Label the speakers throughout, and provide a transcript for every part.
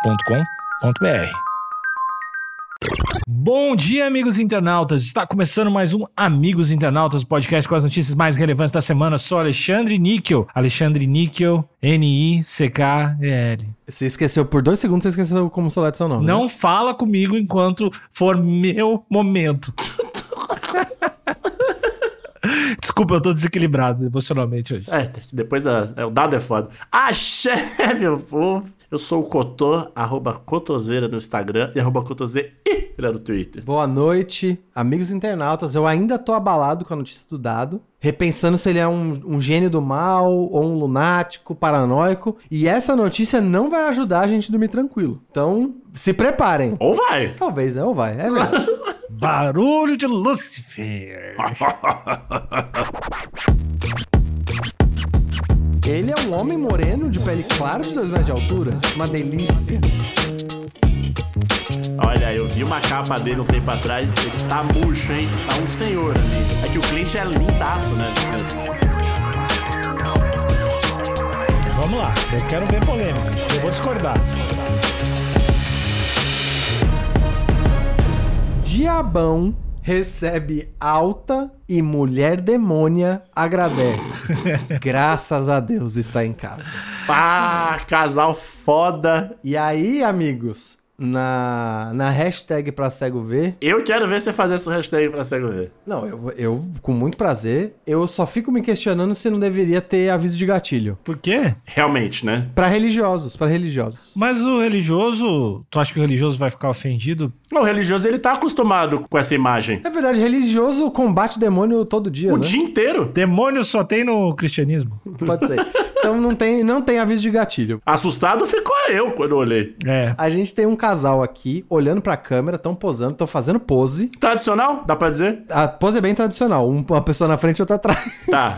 Speaker 1: agenciadepodcast.com.br.
Speaker 2: Bom dia, amigos internautas. Está começando mais um Amigos Internautas, o podcast com as notícias mais relevantes da semana. Sou Alexandre Níquel. Alexandre Níquel, N-I-C-K-E-L.
Speaker 3: Você esqueceu por dois segundos, você esqueceu como soletra seu nome.
Speaker 2: Não né? fala comigo enquanto for meu momento. Desculpa, eu tô desequilibrado emocionalmente hoje.
Speaker 4: É, depois da, é, o dado é foda. Axé, meu povo! Eu sou o Cotô, arroba Cotoseira no Instagram e arroba Cotoseira no Twitter.
Speaker 3: Boa noite, amigos internautas. Eu ainda tô abalado com a notícia do dado, repensando se ele é um, um gênio do mal ou um lunático, paranoico. E essa notícia não vai ajudar a gente a dormir tranquilo. Então, se preparem.
Speaker 4: Ou vai!
Speaker 3: Talvez, não vai. É verdade.
Speaker 2: Barulho de Lúcifer.
Speaker 3: ele é um homem moreno de pele clara de dois metros de altura. Uma delícia.
Speaker 4: Olha, eu vi uma capa dele um tempo atrás, ele tá murcho, hein? Tá um senhor ali. É que o cliente é lindaço, né?
Speaker 2: Vamos lá, eu quero ver polêmica. Eu vou discordar.
Speaker 3: Diabão recebe alta e mulher demônia agradece. Graças a Deus está em casa.
Speaker 4: Pá, casal foda!
Speaker 3: E aí, amigos, na, na hashtag pra cego ver.
Speaker 4: Eu quero ver você fazer essa hashtag pra cego ver.
Speaker 3: Não, eu, eu, com muito prazer, eu só fico me questionando se não deveria ter aviso de gatilho.
Speaker 2: Por quê?
Speaker 4: Realmente, né?
Speaker 3: Pra religiosos, pra religiosos.
Speaker 2: Mas o religioso, tu acha que o religioso vai ficar ofendido?
Speaker 4: O religioso, ele tá acostumado com essa imagem.
Speaker 3: É verdade, religioso combate demônio todo dia,
Speaker 4: O
Speaker 3: né?
Speaker 4: dia inteiro.
Speaker 2: Demônio só tem no cristianismo.
Speaker 3: Pode ser. Então não tem, não tem aviso de gatilho.
Speaker 4: Assustado ficou eu quando eu olhei.
Speaker 2: É.
Speaker 3: A gente tem um casal aqui olhando pra câmera, tão posando, estão fazendo pose.
Speaker 4: Tradicional, dá pra dizer?
Speaker 3: A pose é bem tradicional, um- uma pessoa na frente e outra atrás.
Speaker 4: Tá.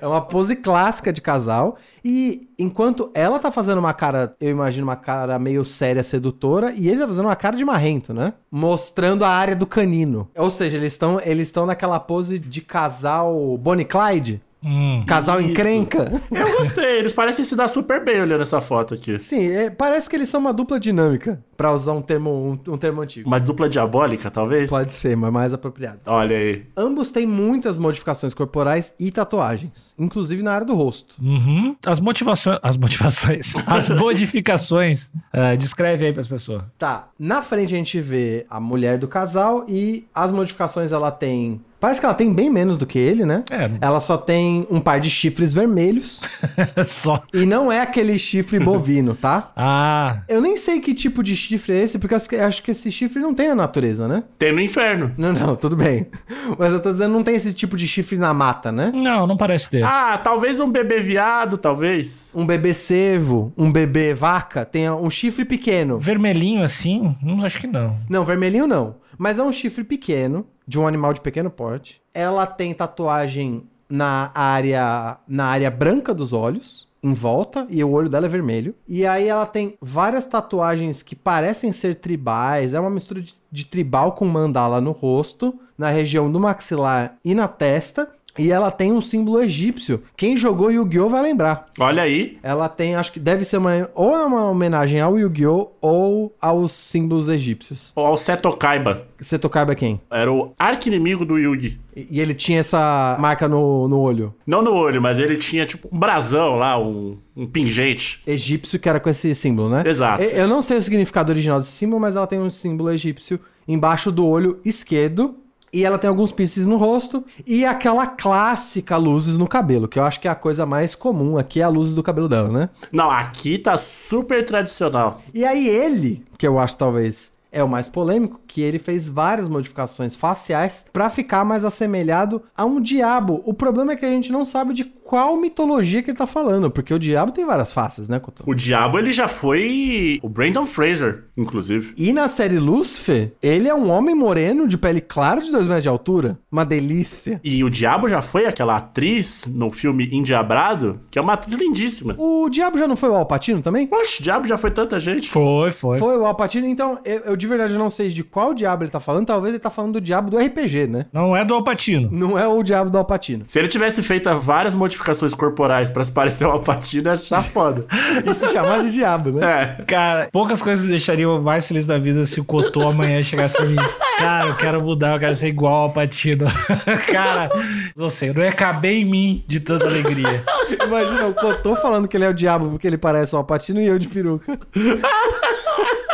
Speaker 3: É uma pose clássica de casal. E enquanto ela tá fazendo uma cara, eu imagino uma cara meio séria, sedutora, e ele tá fazendo uma cara de marrento, né? Mostrando a área do canino. Ou seja, eles estão eles estão naquela pose de casal Bonnie e Clyde,
Speaker 2: Hum.
Speaker 3: casal
Speaker 4: Isso.
Speaker 3: encrenca.
Speaker 4: Eu gostei, eles parecem se dar super bem olhando essa foto aqui.
Speaker 3: Sim, é, parece que eles são uma dupla dinâmica, pra usar um termo um, um termo antigo.
Speaker 4: Uma dupla diabólica, talvez?
Speaker 3: Pode ser, mas mais apropriado.
Speaker 4: Olha aí.
Speaker 3: Ambos têm muitas modificações corporais e tatuagens, inclusive na área do rosto.
Speaker 2: Uhum. As motivações. As motivações. As modificações. eh, descreve aí pras pessoas.
Speaker 3: Tá, na frente a gente vê a mulher do casal e as modificações ela tem. Parece que ela tem bem menos do que ele, né?
Speaker 2: É,
Speaker 3: Ela só tem um par de chifres vermelhos
Speaker 2: só.
Speaker 3: e não é aquele chifre bovino, tá?
Speaker 2: Ah,
Speaker 3: Eu nem sei que tipo de chifre é esse, porque eu acho que- eu acho que esse chifre não tem na natureza, né?
Speaker 4: Tem no inferno.
Speaker 3: Não, não, tudo bem. Mas eu tô dizendo, não tem esse tipo de chifre na mata, né?
Speaker 2: não, não parece ter.
Speaker 4: Ah, talvez um bebê viado, talvez.
Speaker 3: Um bebê cervo, um bebê vaca, tem um chifre pequeno.
Speaker 2: Vermelhinho assim? Não, acho que não.
Speaker 3: Não, vermelhinho não. Mas é um chifre pequeno, de um animal de pequeno porte. Ela tem tatuagem na área, na área branca dos olhos, em volta, e o olho dela é vermelho. E aí ela tem várias tatuagens que parecem ser tribais, é uma mistura de, de tribal com mandala no rosto, na região do maxilar e na testa. E ela tem um símbolo egípcio. Quem jogou Yu-Gi-Oh! vai lembrar.
Speaker 4: Olha aí.
Speaker 3: Ela tem, acho que deve ser uma, ou é uma homenagem ao Yu-Gi-Oh! ou aos símbolos egípcios.
Speaker 4: Ó, O Seto Kaiba.
Speaker 3: Você tocava quem?
Speaker 4: Era o arqui-inimigo do Yugi.
Speaker 3: E e ele tinha essa marca no, no olho.
Speaker 4: Não no olho, mas ele tinha tipo um brasão lá, um, um pingente.
Speaker 3: Egípcio, que era com esse símbolo, né?
Speaker 4: Exato.
Speaker 3: E- Eu não sei o significado original desse símbolo, mas ela tem um símbolo egípcio embaixo do olho esquerdo. E ela tem alguns piercings no rosto. E aquela clássica luzes no cabelo, que eu acho que é a coisa mais comum aqui, é a luzes do cabelo dela, né?
Speaker 4: Não, aqui tá super tradicional.
Speaker 3: E aí ele, que eu acho talvez é o mais polêmico, que ele fez várias modificações faciais pra ficar mais assemelhado a um diabo. O problema é que a gente não sabe de qual mitologia que ele tá falando, porque o diabo tem várias faces, né, Couto?
Speaker 4: O diabo, ele já foi o Brandon Fraser, inclusive.
Speaker 3: E na série Lúcifer, ele é um homem moreno de pele clara de 2 metros de altura. Uma delícia.
Speaker 4: E o diabo já foi aquela atriz no filme Indiabrado, que é uma atriz lindíssima.
Speaker 3: O diabo já não foi o Alpatino também?
Speaker 4: Oxe, o diabo já foi tanta gente.
Speaker 2: Foi, foi.
Speaker 3: Foi o Alpatino, então eu, eu de verdade não sei de qual diabo ele tá falando. Talvez ele tá falando do diabo do RPG, né?
Speaker 2: Não é do Alpatino.
Speaker 3: Não é o diabo do Alpatino.
Speaker 4: Se ele tivesse feito várias modificações corporais pra se parecer uma patina, ia achar foda.
Speaker 3: E se chamar de diabo, né?
Speaker 4: É.
Speaker 2: Cara, poucas coisas me deixariam mais feliz da vida se o Cotô amanhã chegasse pra mim. Cara, eu quero mudar, eu quero ser igual ao Patino. Cara, não sei, não ia caber em mim de tanta alegria.
Speaker 3: Imagina, o Cotô falando que ele é o diabo porque ele parece um apatino e eu de peruca.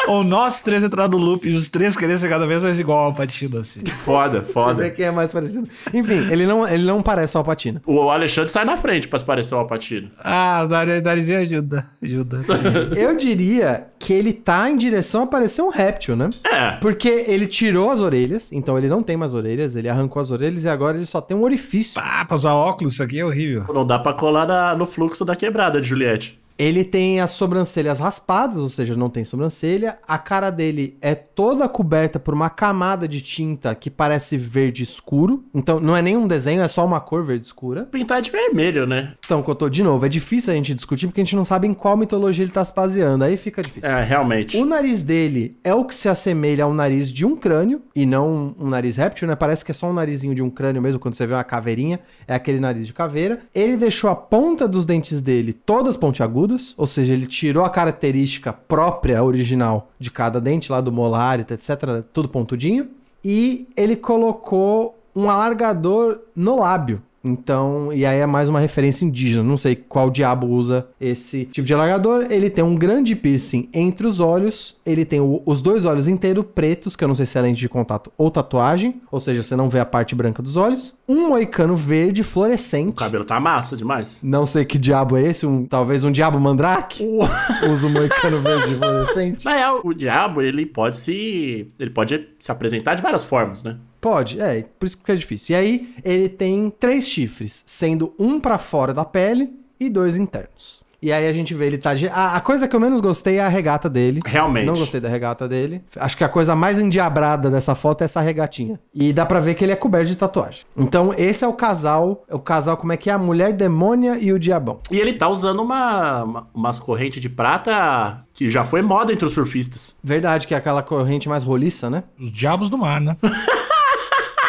Speaker 2: Ou nós três entrar no loop e os três querer ser cada vez mais igual ao Patino, assim.
Speaker 4: Foda,
Speaker 3: Vamos ver
Speaker 4: foda.
Speaker 3: quem é mais parecido. Enfim, ele não, ele não parece um apatino.
Speaker 4: O Alexandre sai na frente pra se parecer uma patina.
Speaker 2: Ah, Dari- Darizinho ajuda, ajuda.
Speaker 3: Eu diria que ele tá em direção a parecer um réptil, né?
Speaker 4: É.
Speaker 3: Porque ele tirou as orelhas, então ele não tem mais orelhas, ele arrancou as orelhas e agora ele só tem um orifício.
Speaker 2: Ah, pra usar óculos, isso aqui é horrível.
Speaker 4: Não dá pra colar na- no fluxo da quebrada de Juliette.
Speaker 3: Ele tem as sobrancelhas raspadas, ou seja, não tem sobrancelha. A cara dele é toda coberta por uma camada de tinta que parece verde escuro. Então não é nenhum desenho, é só uma cor verde escura.
Speaker 4: Pintar de vermelho, né?
Speaker 3: Então, Cotô, de novo, é difícil a gente discutir porque a gente não sabe em qual mitologia ele tá se baseando. Aí fica difícil.
Speaker 4: É, realmente.
Speaker 3: O nariz dele é o que se assemelha ao nariz de um crânio e não um nariz réptil, né? Parece que é só um narizinho de um crânio mesmo, quando você vê uma caveirinha, é aquele nariz de caveira. Ele deixou a ponta dos dentes dele todas pontiagudas, ou seja, ele tirou a característica própria, original de cada dente, lá do molar, etc, tudo pontudinho. E ele colocou um alargador no lábio. Então, e aí é mais uma referência indígena. Não sei qual diabo usa esse tipo de alargador. Ele tem um grande piercing entre os olhos. Ele tem o- os dois olhos inteiros pretos, que eu não sei se é lente de contato ou tatuagem. Ou seja, você não vê a parte branca dos olhos. Um moicano verde
Speaker 4: O
Speaker 3: fluorescente.
Speaker 4: cabelo tá massa demais.
Speaker 3: Não sei que diabo é esse. Um, talvez um diabo mandrake. Usa um moicano verde fluorescente.
Speaker 4: Na real, Ah, o diabo, ele pode se. Ele pode se apresentar de várias formas, né?
Speaker 3: Pode, é, por isso que é difícil. E aí, ele tem três chifres, sendo um pra fora da pele e dois internos. E aí a gente vê ele tá. ge- A, a coisa que eu menos gostei é a regata dele.
Speaker 4: Realmente.
Speaker 3: Não gostei da regata dele. Acho que a coisa mais endiabrada dessa foto é essa regatinha. E dá pra ver que ele é coberto de tatuagem. Então, esse é o casal. É o casal, como é que é? A mulher demônia e o diabão.
Speaker 4: E ele tá usando uma, uma- umas correntes de prata que já foi moda entre os surfistas.
Speaker 3: Verdade, que é aquela corrente mais roliça, né?
Speaker 2: Os diabos do mar, né?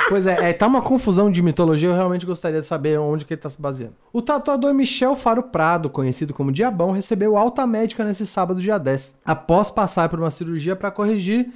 Speaker 3: Pois é, é, tá uma confusão de mitologia, eu realmente gostaria de saber onde que ele tá se baseando. O tatuador Michel Faro Prado, conhecido como Diabão, recebeu alta médica nesse sábado, dia 10, após passar por uma cirurgia para corrigir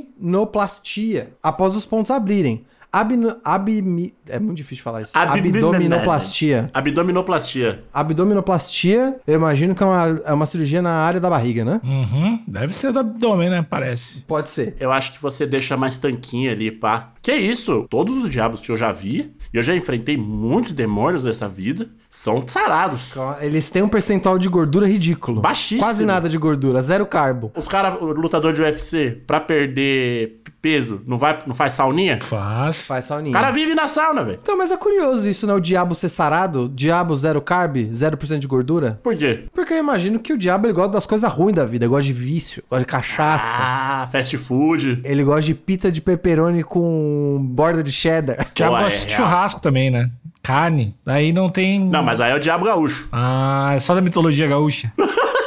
Speaker 3: abdominoplastia, após os pontos abrirem. Abno, abmi, é muito difícil falar isso. Abdominoplastia.
Speaker 4: Abdominoplastia.
Speaker 3: Abdominoplastia, eu imagino que é uma, é uma cirurgia na área da barriga, né?
Speaker 2: Uhum. Deve ser do abdômen, né? Parece.
Speaker 3: Pode ser.
Speaker 4: Eu acho que você deixa mais tanquinho ali, pá. Que isso? Todos os diabos que eu já vi, e eu já enfrentei muitos demônios nessa vida, são sarados.
Speaker 3: Eles têm um percentual de gordura ridículo.
Speaker 4: Baixíssimo.
Speaker 3: Quase nada de gordura, zero carbo.
Speaker 4: Os caras, lutador de UFC, pra perder peso, não, vai, não faz sauninha?
Speaker 2: Faz.
Speaker 3: Faz sauninha.
Speaker 4: O cara vive na sauna, velho.
Speaker 3: Então, mas é curioso isso, né? O diabo ser sarado, diabo zero carb, 0% de gordura.
Speaker 4: Por quê?
Speaker 3: Porque eu imagino que o diabo ele gosta das coisas ruins da vida, ele gosta de vício, gosta de cachaça.
Speaker 4: Ah, fast food.
Speaker 3: Ele gosta de pizza de pepperoni com borda de cheddar.
Speaker 2: Diabo
Speaker 4: Pô, é
Speaker 2: gosta de
Speaker 4: real.
Speaker 2: churrasco também, né? Carne. Aí não tem.
Speaker 4: Não, mas aí é o diabo gaúcho.
Speaker 2: Ah, é só da mitologia gaúcha.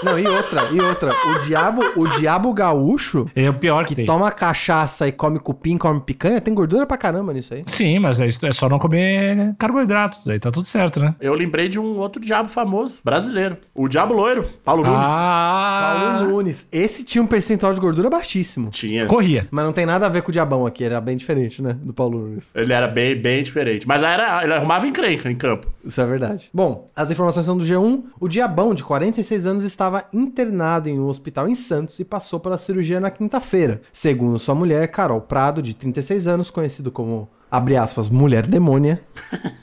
Speaker 3: Não, e outra, e outra. O diabo, o diabo gaúcho
Speaker 2: É o pior que
Speaker 3: que
Speaker 2: tem.
Speaker 3: toma cachaça e come cupim, come picanha, tem gordura pra caramba nisso aí.
Speaker 2: Sim, mas é isso- é só não comer carboidratos. Aí tá tudo certo, né?
Speaker 4: Eu lembrei de um outro diabo famoso, brasileiro. O Diabo Loiro, Paulo Nunes.
Speaker 2: Ah,
Speaker 3: Paulo Nunes, esse tinha um percentual de gordura baixíssimo.
Speaker 4: Tinha.
Speaker 2: corria.
Speaker 3: Mas não tem nada a ver com o diabão aqui, era bem diferente, né? Do Paulo Nunes.
Speaker 4: Ele era bem, bem diferente. Mas era, ele arrumava encrenca em campo.
Speaker 3: Isso é verdade. Bom, as informações são do G1. O Diabão, de 46 anos, estava internado em um hospital em Santos e passou pela cirurgia na quinta-feira. Segundo sua mulher, Carol Prado, de 36 anos, conhecido como, abre aspas, mulher demônia,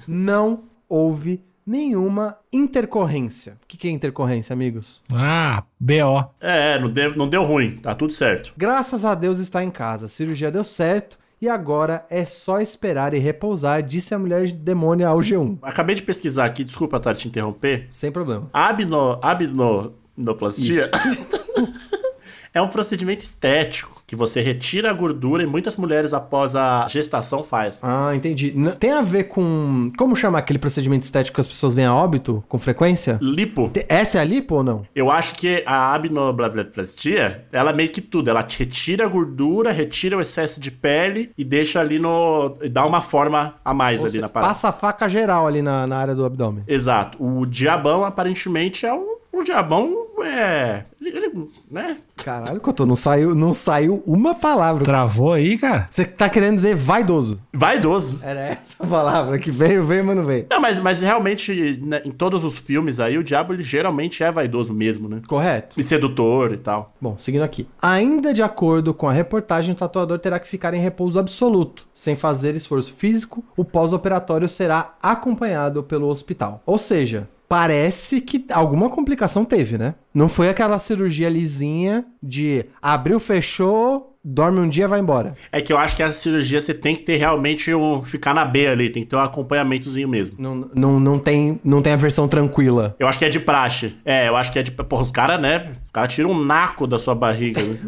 Speaker 3: não houve nenhuma intercorrência. O que, que é intercorrência, amigos?
Speaker 2: Ah, BO.
Speaker 4: É, é, não deu, não deu ruim, tá tudo certo.
Speaker 3: Graças a Deus está em casa. A cirurgia deu certo e agora é só esperar e repousar, disse a mulher demônia ao G1.
Speaker 4: Acabei de pesquisar aqui, desculpa, Tati, te interromper.
Speaker 3: Sem problema.
Speaker 4: Abno, abnoplastia É um procedimento estético que você retira a gordura e muitas mulheres após a gestação faz.
Speaker 3: Ah, entendi. N- Tem a ver com. Como chama aquele procedimento estético que as pessoas vêm a óbito com frequência?
Speaker 4: Lipo.
Speaker 3: Te- Essa é a lipo ou não?
Speaker 4: Eu acho que a abnoblablastia, ela é meio que tudo. Ela te retira a gordura, retira o excesso de pele e deixa ali no. e dá uma forma a mais
Speaker 3: Ou
Speaker 4: ali
Speaker 3: você
Speaker 4: na parada.
Speaker 3: Passa a faca geral ali na, na área do abdômen.
Speaker 4: Exato. O diabão, aparentemente, é um. O diabão é. Ele, ele, né?
Speaker 3: Caralho, Cotô, não saiu, não saiu uma palavra.
Speaker 2: Travou aí, cara?
Speaker 3: Você tá querendo dizer vaidoso.
Speaker 4: Vaidoso.
Speaker 3: Era essa a palavra que veio, veio, mas não veio.
Speaker 4: Não, mas, mas realmente, né, em todos os filmes aí, o diabo ele geralmente é vaidoso mesmo, né?
Speaker 3: Correto.
Speaker 4: E sedutor e tal.
Speaker 3: Bom, seguindo aqui. Ainda de acordo com a reportagem, o tatuador terá que ficar em repouso absoluto, sem fazer esforço físico. O pós-operatório será acompanhado pelo hospital. Ou seja, parece que alguma complicação teve, né? Não foi aquela cirurgia lisinha de abriu, fechou, dorme um dia, vai embora.
Speaker 4: É que eu acho que essa cirurgia você tem que ter realmente um. ficar na B ali, tem que ter um acompanhamentozinho mesmo.
Speaker 3: Não, não, não, tem, não tem a versão tranquila.
Speaker 4: Eu acho que é de praxe. É, eu acho que é de. Porra, os caras, né? Os caras tiram um naco da sua barriga. Né?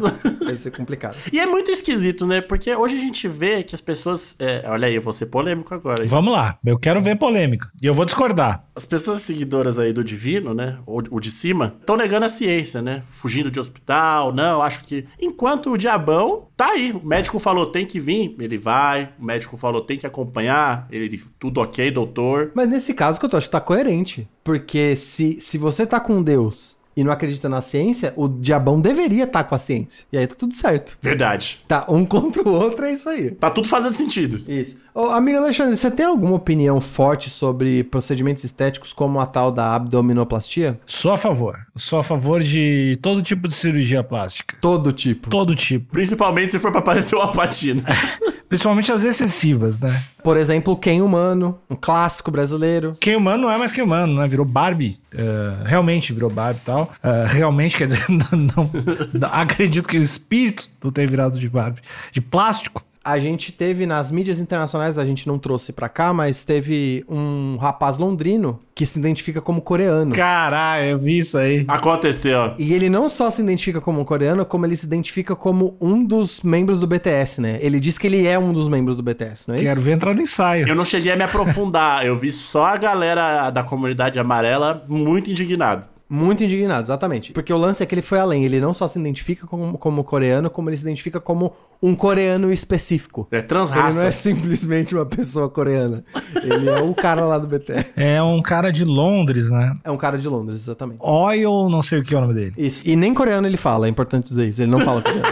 Speaker 3: Vai ser complicado.
Speaker 4: e é muito esquisito, né? Porque hoje a gente vê que as pessoas. é, olha aí, eu vou ser polêmico agora. hein?
Speaker 2: Vamos lá, eu quero ver polêmica. E eu vou discordar.
Speaker 4: As pessoas seguidoras aí do divino, né? Ou o de cima, estão negando a ciência, né? Fugindo de hospital, não, acho que. Enquanto o diabão tá aí. O médico falou tem que vir, ele vai. O médico falou tem que acompanhar, ele. Tudo ok, doutor.
Speaker 3: Mas nesse caso que eu tô, acho que tá coerente. Porque se, se você tá com Deus e não acredita na ciência, o diabão deveria estar com a ciência. E aí tá tudo certo.
Speaker 4: Verdade.
Speaker 3: Tá, um contra o outro é isso aí.
Speaker 4: Tá tudo fazendo sentido.
Speaker 3: Isso. Ô, amigo Alexandre, você tem alguma opinião forte sobre procedimentos estéticos como a tal da abdominoplastia?
Speaker 2: Sou a favor. Sou a favor de todo tipo de cirurgia plástica.
Speaker 3: Todo tipo.
Speaker 2: Todo tipo.
Speaker 4: Principalmente se for pra aparecer uma patina.
Speaker 2: Principalmente as excessivas, né?
Speaker 3: Por exemplo, quem humano, um clássico brasileiro.
Speaker 2: Quem humano não é mais quem humano, né? Virou Barbie. eh, realmente virou Barbie e tal. Eh, realmente, quer dizer, não, não- não- acredito que o espírito não tenha virado de Barbie. De plástico.
Speaker 3: A gente teve nas mídias internacionais, a gente não trouxe pra cá, mas teve um rapaz londrino que se identifica como coreano.
Speaker 2: Caralho, eu vi isso aí.
Speaker 4: Aconteceu.
Speaker 3: E ele não só se identifica como um coreano, como ele se identifica como um dos membros do BTS, né? Ele diz que ele é um dos membros do BTS, não é
Speaker 2: Quero
Speaker 3: isso?
Speaker 2: ver entrar no ensaio.
Speaker 4: Eu não cheguei a me aprofundar, eu vi só a galera da comunidade amarela muito indignado.
Speaker 3: Muito indignado, exatamente. Porque o lance é que ele foi além. Ele não só se identifica como, como coreano, como ele se identifica como um coreano específico.
Speaker 4: É
Speaker 3: Ele não
Speaker 4: transraça.
Speaker 3: é simplesmente uma pessoa coreana. Ele é o cara lá do BTS.
Speaker 2: É um cara de Londres, né?
Speaker 3: É um cara de Londres, exatamente.
Speaker 2: Oil, não sei o que é o nome dele.
Speaker 3: Isso. E nem coreano ele fala, é importante dizer isso. Ele não fala coreano.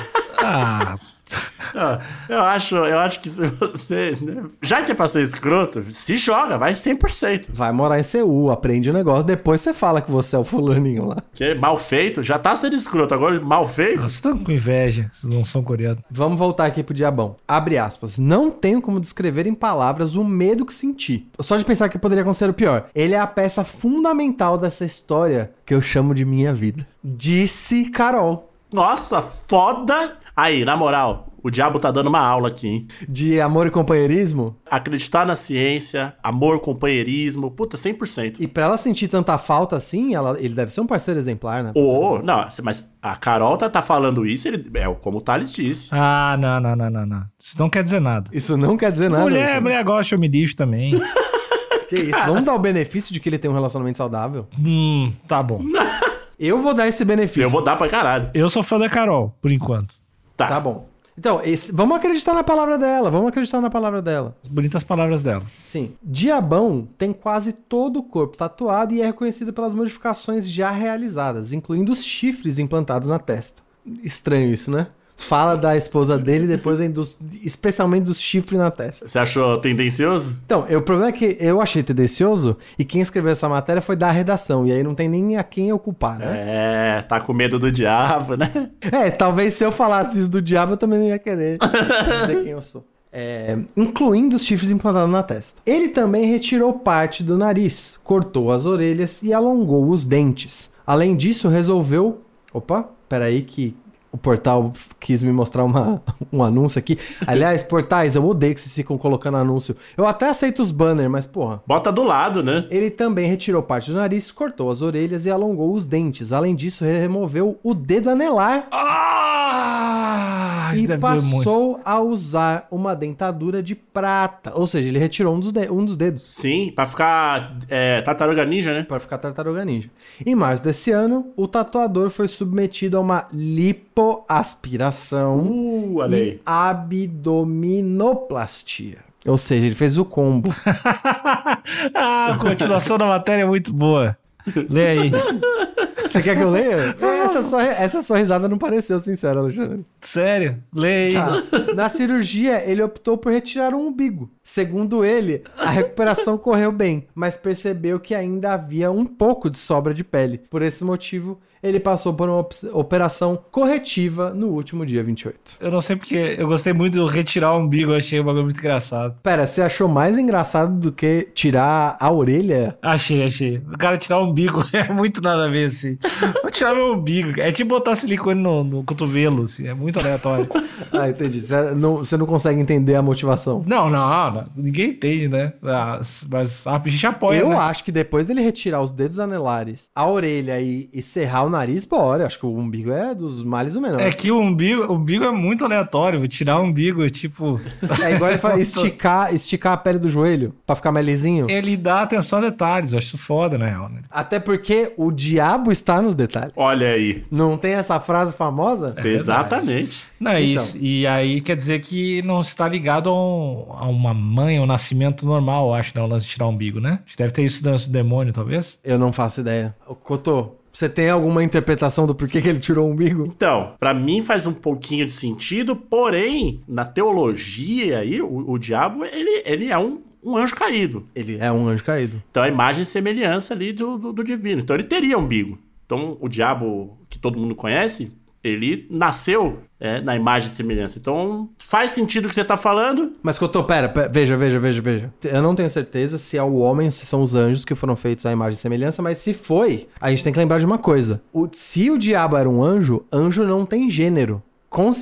Speaker 2: Ah,
Speaker 4: Ah, Eu acho, eu acho que se você. né, Já que é pra ser escroto, se joga, vai 100%.
Speaker 3: Vai morar em Seul, aprende o negócio, depois você fala que você é o fulaninho lá.
Speaker 4: Porque mal feito, já tá sendo escroto. Agora, mal feito.
Speaker 2: vocês estão com inveja, vocês não são coreanos.
Speaker 3: Vamos voltar aqui pro diabão. Abre aspas. Não tenho como descrever em palavras o medo que senti. Só de pensar que poderia acontecer o pior. Ele é a peça fundamental dessa história que eu chamo de minha vida. Disse Carol.
Speaker 4: Nossa, foda. Aí, na moral, o diabo tá dando uma aula aqui, hein?
Speaker 3: De amor e companheirismo.
Speaker 4: Acreditar na ciência, amor, companheirismo, puta, 100%.
Speaker 3: E pra ela sentir tanta falta assim, ela- ele deve ser um parceiro exemplar, né?
Speaker 4: Ô, não, mas a Carol tá, tá falando isso, ele, é como o Thales disse.
Speaker 2: Ah, não, não, não, não, não. Isso não quer dizer nada.
Speaker 3: Isso não quer dizer nada.
Speaker 2: mulher,
Speaker 3: Alexandre.
Speaker 2: mulher gosta, eu me lixo também.
Speaker 3: Que isso? Vamos dar o benefício de que ele tem um relacionamento saudável?
Speaker 2: hum, tá bom.
Speaker 3: Eu vou dar esse benefício.
Speaker 4: Eu vou dar pra caralho.
Speaker 2: Eu sou fã da Carol, por enquanto.
Speaker 4: Tá.
Speaker 3: Tá bom. Então, esse- vamos acreditar na palavra dela. Vamos acreditar na palavra dela.
Speaker 2: As bonitas palavras dela.
Speaker 3: Sim. Diabão tem quase todo o corpo tatuado e é reconhecido pelas modificações já realizadas, incluindo os chifres implantados na testa. Estranho isso, né? Fala da esposa dele e depois ainda dos, especialmente dos chifres na testa.
Speaker 4: Você achou tendencioso?
Speaker 3: Então, eu- o problema é que eu achei tendencioso e quem escreveu essa matéria foi da redação, e aí não tem nem a quem eu culpar, né?
Speaker 4: É, tá com medo do diabo, né?
Speaker 3: É, talvez se eu falasse isso do diabo, eu também não ia querer dizer quem eu sou. É, incluindo os chifres implantados na testa. Ele também retirou parte do nariz, cortou as orelhas e alongou os dentes. Além disso, resolveu. Opa, peraí que O portal quis me mostrar uma, um anúncio aqui. Aliás, portais, eu odeio que vocês ficam colocando anúncio. Eu até aceito os banners, mas porra.
Speaker 4: Bota do lado, né?
Speaker 3: Ele também retirou parte do nariz, cortou as orelhas e alongou os dentes. Além disso, removeu o dedo anelar
Speaker 2: Ah, isso
Speaker 3: e
Speaker 2: deve doer muito.
Speaker 3: passou a usar uma dentadura de prata. Ou seja, ele retirou um dos, de- um dos dedos
Speaker 4: Sim, pra ficar é, tartaruga ninja, né?
Speaker 3: para ficar tartaruga ninja. Em março desse ano, o tatuador foi submetido a uma lipoaspiração
Speaker 4: Uh, olha
Speaker 3: e
Speaker 4: aí.
Speaker 3: abdominoplastia. Ou seja, ele fez o combo.
Speaker 2: ah, a continuação da matéria é muito boa. Lê aí.
Speaker 3: Você quer que eu leia? Essa sua, essa sua risada não pareceu sincera, Alexandre.
Speaker 2: Sério? Lê aí.
Speaker 3: Tá. Na cirurgia, ele optou por retirar um umbigo. Segundo ele, a recuperação correu bem, mas percebeu que ainda havia um pouco de sobra de pele. Por esse motivo, ele passou por uma ops- operação corretiva no último dia 28.
Speaker 2: Eu não sei porque eu gostei muito do retirar o umbigo, eu achei o bagulho muito engraçado.
Speaker 3: Pera, você achou mais engraçado do que tirar a orelha?
Speaker 2: Achei, achei. O cara tirar o umbigo é muito nada a ver, assim. Vou tirar meu umbigo. É tipo botar silicone no, no cotovelo, assim. É muito aleatório.
Speaker 3: Ah, entendi. Você não, você não consegue entender a motivação.
Speaker 2: não, não, não. Ninguém entende, né? Mas, mas a gente apoia,
Speaker 3: eu
Speaker 2: né?
Speaker 3: acho que depois dele retirar os dedos anelares, a orelha e, e serrar o nariz, bora. Acho que o umbigo é dos males o menor.
Speaker 2: É que o umbigo, o umbigo é muito aleatório. Vou tirar o umbigo, é tipo...
Speaker 3: É igual ele fala, esticar, esticar a pele do joelho pra ficar mais lisinho.
Speaker 2: Ele dá atenção a detalhes. Eu acho isso foda, na real, né?
Speaker 3: Até porque o diabo está nos detalhes.
Speaker 4: Olha aí.
Speaker 3: Não tem essa frase famosa?
Speaker 2: verdade.
Speaker 4: Exatamente.
Speaker 2: Não, e
Speaker 3: Então.
Speaker 2: isso- e aí quer dizer que não está ligado a, um- a uma mãe, um nascimento normal, eu acho, né? O lance de tirar o umbigo, né? Acho que deve ter isso dança do demônio, talvez.
Speaker 3: Eu não faço ideia. Ô, Cotô, você tem alguma interpretação do porquê que ele tirou o umbigo?
Speaker 4: Então, pra mim faz um pouquinho de sentido, porém, na teologia aí, o, o diabo, ele, ele é um, um anjo caído.
Speaker 3: Ele é um anjo caído.
Speaker 4: Então, a imagem e semelhança ali do, do, do divino. Então, ele teria umbigo. Então, o diabo que todo mundo conhece, ele nasceu é, na imagem e semelhança. Então, faz sentido o que você tá falando?
Speaker 3: Mas Cotô, pera, pera, veja, veja, veja, veja. Eu não tenho certeza se é o homem ou se são os anjos que foram feitos à imagem e semelhança, mas se foi, a gente tem que lembrar de uma coisa. O- se o diabo era um anjo, anjo não tem gênero.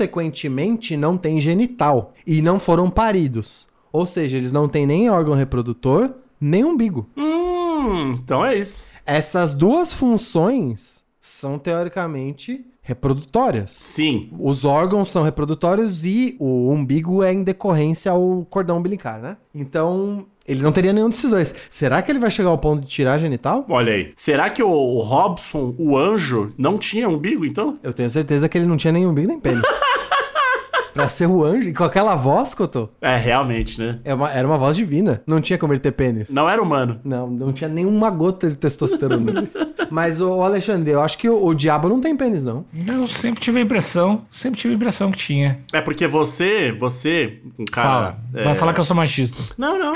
Speaker 3: Consequentemente, não tem genital. E não foram paridos. Ou seja, eles não têm nem órgão reprodutor, nem umbigo.
Speaker 4: Hum, então é isso.
Speaker 3: Essas duas funções são teoricamente reprodutórias.
Speaker 4: Sim.
Speaker 3: Os órgãos são reprodutórios e o umbigo é em decorrência ao cordão umbilical, né? Então, ele não teria nenhum desses dois. Será que ele vai chegar ao ponto de tirar genital?
Speaker 4: Olha aí. Será que o, o Robson, o anjo, não tinha umbigo, então?
Speaker 3: Eu tenho certeza que ele não tinha nem umbigo nem pênis. pra ser o anjo, e com aquela voz, Cotô,
Speaker 4: É, realmente, né?
Speaker 3: é uma- era uma voz divina. Não tinha como ele ter pênis.
Speaker 4: Não era humano.
Speaker 3: Não, não tinha nenhuma gota de testosterona. Mas, o Alexandre, eu acho que o, o diabo não tem pênis, não.
Speaker 2: Eu sempre tive a impressão, sempre tive a impressão que tinha.
Speaker 4: É porque você, você, um
Speaker 3: Ah,
Speaker 4: cara.
Speaker 2: Fala.
Speaker 4: é-
Speaker 2: Vai falar que eu sou machista.
Speaker 4: Não, não.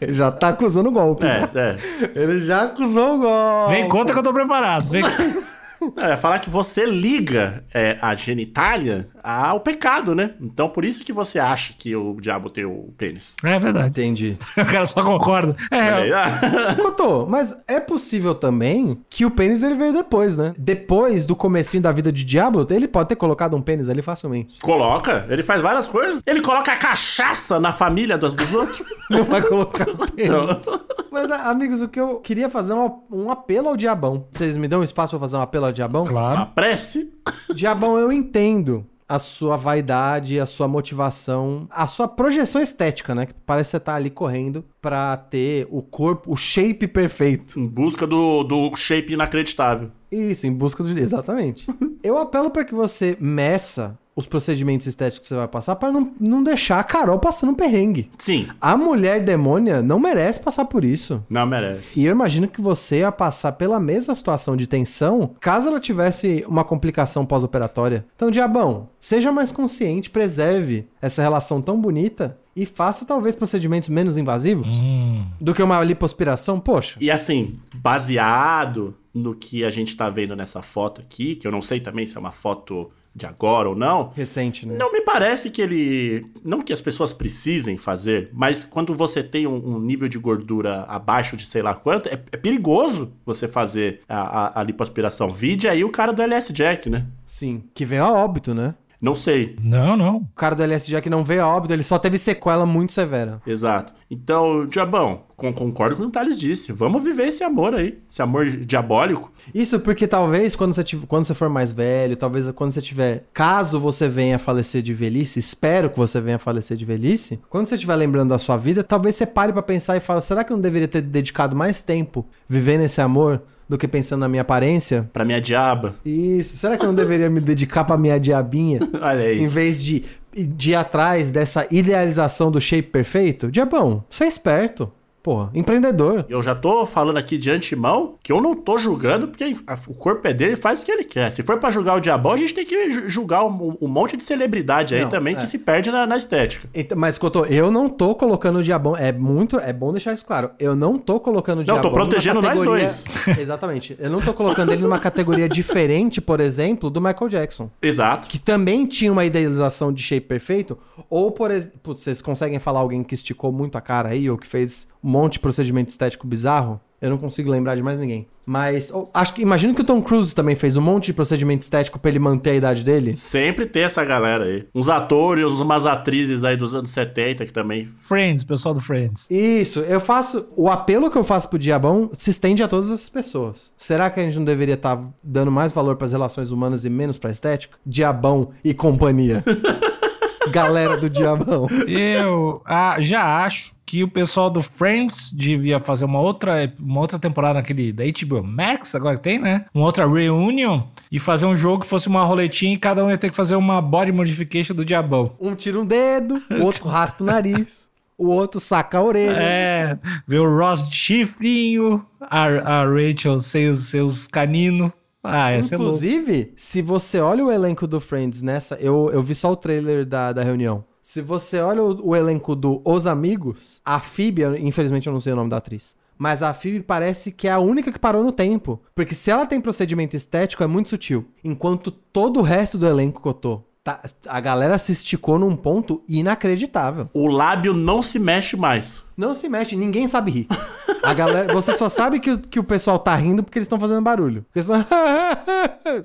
Speaker 3: Ele já tá acusando o golpe.
Speaker 4: É,
Speaker 3: Ele já acusou o golpe.
Speaker 2: Vem, conta que eu tô preparado. Vem.
Speaker 4: é. É, falar que você liga é, a genitália ao pecado, né? Então por isso que você acha que o diabo tem o pênis.
Speaker 2: É verdade.
Speaker 3: Entendi.
Speaker 2: O cara só concorda. É,
Speaker 4: Olha aí.
Speaker 3: Cotô, mas é possível também que o pênis ele veio depois, né? Depois do comecinho da vida de Diablo, ele pode ter colocado um pênis ali facilmente.
Speaker 4: Coloca, ele faz várias coisas. Ele coloca a cachaça na família dos, dos outros.
Speaker 3: Não vai colocar um
Speaker 4: Então,
Speaker 3: pênis. Mas, a- amigos, o que eu queria fazer é um, um apelo ao Diabão. Vocês me dão espaço pra fazer um apelo ao Diabão?
Speaker 4: a
Speaker 2: claro.
Speaker 4: prece.
Speaker 3: Diabão, eu entendo a sua vaidade, a sua motivação, a sua projeção estética, né? Que parece que você tá ali correndo pra ter o corpo, o shape perfeito.
Speaker 4: Em busca do, do shape inacreditável.
Speaker 3: Isso, em busca do. Exatamente. Eu apelo para que você meça os procedimentos estéticos que você vai passar para não, não deixar a Carol passando um perrengue.
Speaker 4: Sim,
Speaker 3: A mulher demônia não merece passar por isso.
Speaker 4: não merece.
Speaker 3: E eu imagino que você ia passar pela mesma situação de tensão caso ela tivesse uma complicação pós-operatória. Então, diabão, seja mais consciente, preserve essa relação tão bonita e faça talvez procedimentos menos invasivos
Speaker 2: Hum.
Speaker 3: do que uma lipospiração, poxa.
Speaker 4: E assim, baseado no que a gente tá vendo nessa foto aqui, que eu não sei também se é uma foto de agora ou não,
Speaker 3: Recente, né?
Speaker 4: não me parece que ele. Não que as pessoas precisem fazer, mas quando você tem um, um nível de gordura abaixo de sei lá quanto, é, é perigoso você fazer a, a, a lipoaspiração. Vide aí o cara do LS Jack, né?
Speaker 3: Sim. Que veio a óbito, né?
Speaker 4: Não sei.
Speaker 2: Não, não.
Speaker 3: O cara do LSD que não veio a óbito, ele só teve sequela muito severa.
Speaker 4: Exato. Então, Diabão, con- concordo com o que o Thales disse. Vamos viver esse amor aí. Esse amor diabólico.
Speaker 3: Isso porque talvez quando você, tiv- quando você for mais velho, talvez quando você tiver. Caso você venha a falecer de velhice, espero que você venha a falecer de velhice. Quando você estiver lembrando da sua vida, talvez você pare pra pensar e fala: será que eu não deveria ter dedicado mais tempo vivendo esse amor do que pensando na minha aparência?
Speaker 4: Pra minha diaba.
Speaker 3: Isso, será que eu não deveria me dedicar pra minha diabinha?
Speaker 4: Olha aí.
Speaker 3: Em vez de, de ir atrás dessa idealização do shape perfeito? Diabão, você é esperto. Porra, empreendedor.
Speaker 4: Eu já tô falando aqui de antemão que eu não tô julgando, porque a- o corpo é dele, ele faz o que ele quer. Se for pra julgar o diabão, a gente tem que ju- julgar um, um monte de celebridade aí
Speaker 3: Não,
Speaker 4: também
Speaker 3: é.
Speaker 4: que se perde na, na estética.
Speaker 3: Então, mas, Cotô, eu não tô colocando o diabão. É muito. É bom deixar isso claro. Eu não tô colocando o
Speaker 4: Não,
Speaker 3: diabão.
Speaker 4: tô protegendo
Speaker 3: numa
Speaker 4: nós
Speaker 3: categoria- Exatamente. Eu não tô colocando ele numa categoria diferente, por exemplo, do Michael Jackson.
Speaker 4: Exato.
Speaker 3: Que também tinha uma idealização de shape perfeito. Ou, por exemplo. Putz, vocês conseguem falar alguém que esticou muito a cara aí, ou que fez um monte de procedimento estético bizarro? Eu não consigo lembrar de mais ninguém. Mas ou- acho que imagino que o Tom Cruise também fez um monte de procedimento estético pra ele manter a idade dele.
Speaker 4: Sempre tem essa galera aí. Uns atores, umas atrizes aí dos anos 70 que também.
Speaker 2: Friends, pessoal do Friends.
Speaker 3: Isso, eu faço. O apelo que eu faço pro diabão se estende a todas essas pessoas. Será que a gente não deveria estar dando mais valor pras relações humanas e menos pra estética? Diabão e companhia. Galera do diabão.
Speaker 2: Eu ah, já acho que o pessoal do Friends devia fazer uma outra, uma outra temporada naquele da HBO Max, agora que tem, né? Uma outra reunion e fazer um jogo que fosse uma roletinha e cada um ia ter que fazer uma body modification do diabão.
Speaker 3: Um tira um dedo, o outro raspa o nariz, o outro saca a orelha.
Speaker 2: É, ver o Ross de chifrinho, a, a Rachel sem os seus caninos. Ah, essa é louca.
Speaker 3: Inclusive, se você olha o elenco do Friends nessa, eu, eu vi só o trailer da, da reunião. Se você olha o, o elenco do Os Amigos, a Phoebe, eu- infelizmente eu não sei o nome da atriz, mas a Phoebe parece que é a única que parou no tempo. Porque se ela tem procedimento estético, é muito sutil. Enquanto todo o resto do elenco que eu tô, tá- a galera se esticou num ponto inacreditável.
Speaker 4: O lábio não se mexe mais.
Speaker 3: Não se mexe, ninguém sabe rir. A galera, você só sabe que, o- que o pessoal tá rindo porque eles estão fazendo barulho. Porque senão...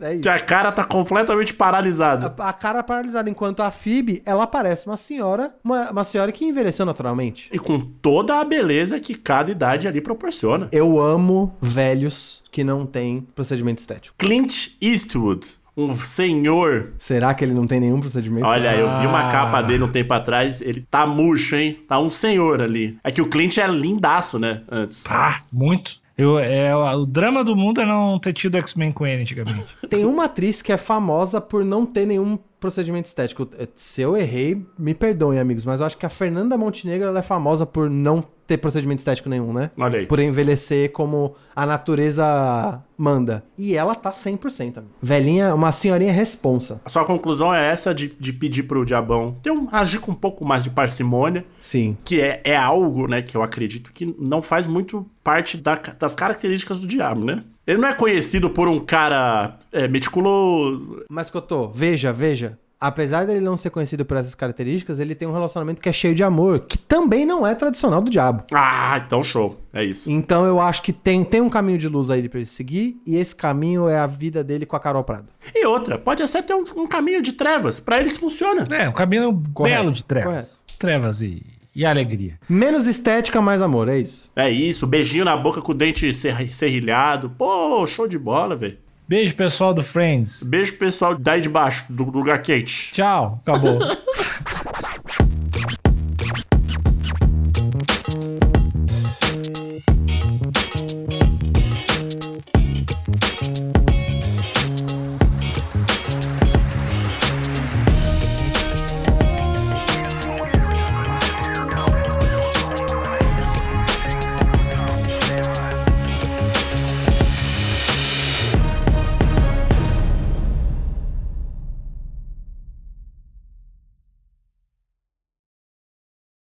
Speaker 3: é isso.
Speaker 4: Que a cara tá completamente paralisada.
Speaker 3: A, a cara paralisada, enquanto a Phoebe, ela parece uma senhora, uma, uma senhora que envelheceu naturalmente.
Speaker 4: E com toda a beleza que cada idade ali proporciona.
Speaker 3: Eu amo velhos que não têm procedimento estético.
Speaker 4: Clint Eastwood, um senhor
Speaker 3: Será que ele não tem nenhum procedimento?
Speaker 4: Olha, eu vi uma
Speaker 2: Ah.
Speaker 4: capa dele um tempo atrás, ele tá murcho, hein? Tá um senhor ali. É que o Clint é lindaço, né? Antes.
Speaker 2: Ah, muito. Eu, é, o drama do mundo é não ter tido X-Men com ele antigamente.
Speaker 3: Tem uma atriz que é famosa por não ter nenhum procedimento estético. Se eu errei, me perdoem, amigos, mas eu acho que a Fernanda Montenegro ela é famosa por não ter procedimento estético nenhum, né?
Speaker 4: Olha aí.
Speaker 3: Por envelhecer como a natureza manda. E ela tá 100%. Amigo. Velhinha, uma senhorinha responsa.
Speaker 4: A sua conclusão é essa de, de pedir pro diabão ter um, agir com um pouco mais de parcimônia,
Speaker 3: Sim.
Speaker 4: que é, é algo, né, que eu acredito que não faz muito parte da ca- das características do diabo, né? Ele não é conhecido por um cara é, meticuloso.
Speaker 3: Mas Cotô, veja, veja. Apesar dele não ser conhecido por essas características, ele tem um relacionamento que é cheio de amor, que também não é tradicional do diabo.
Speaker 4: Ah, então show. É isso.
Speaker 3: Então eu acho que tem, tem um caminho de luz aí pra ele seguir, e esse caminho é a vida dele com a Carol Prado.
Speaker 4: E outra, pode ser ter um, um caminho de trevas. Pra eles funciona.
Speaker 2: é, um caminho
Speaker 3: Correto,
Speaker 2: belo de trevas. Trevas e, e alegria.
Speaker 3: Menos estética, mais amor, é isso.
Speaker 4: É isso, beijinho na boca com o dente serra- serrilhado. Pô, show de bola, velho.
Speaker 2: Beijo, pessoal do Friends.
Speaker 4: Beijo pro pessoal daí de baixo, do do lugar quente.
Speaker 2: Tchau, acabou.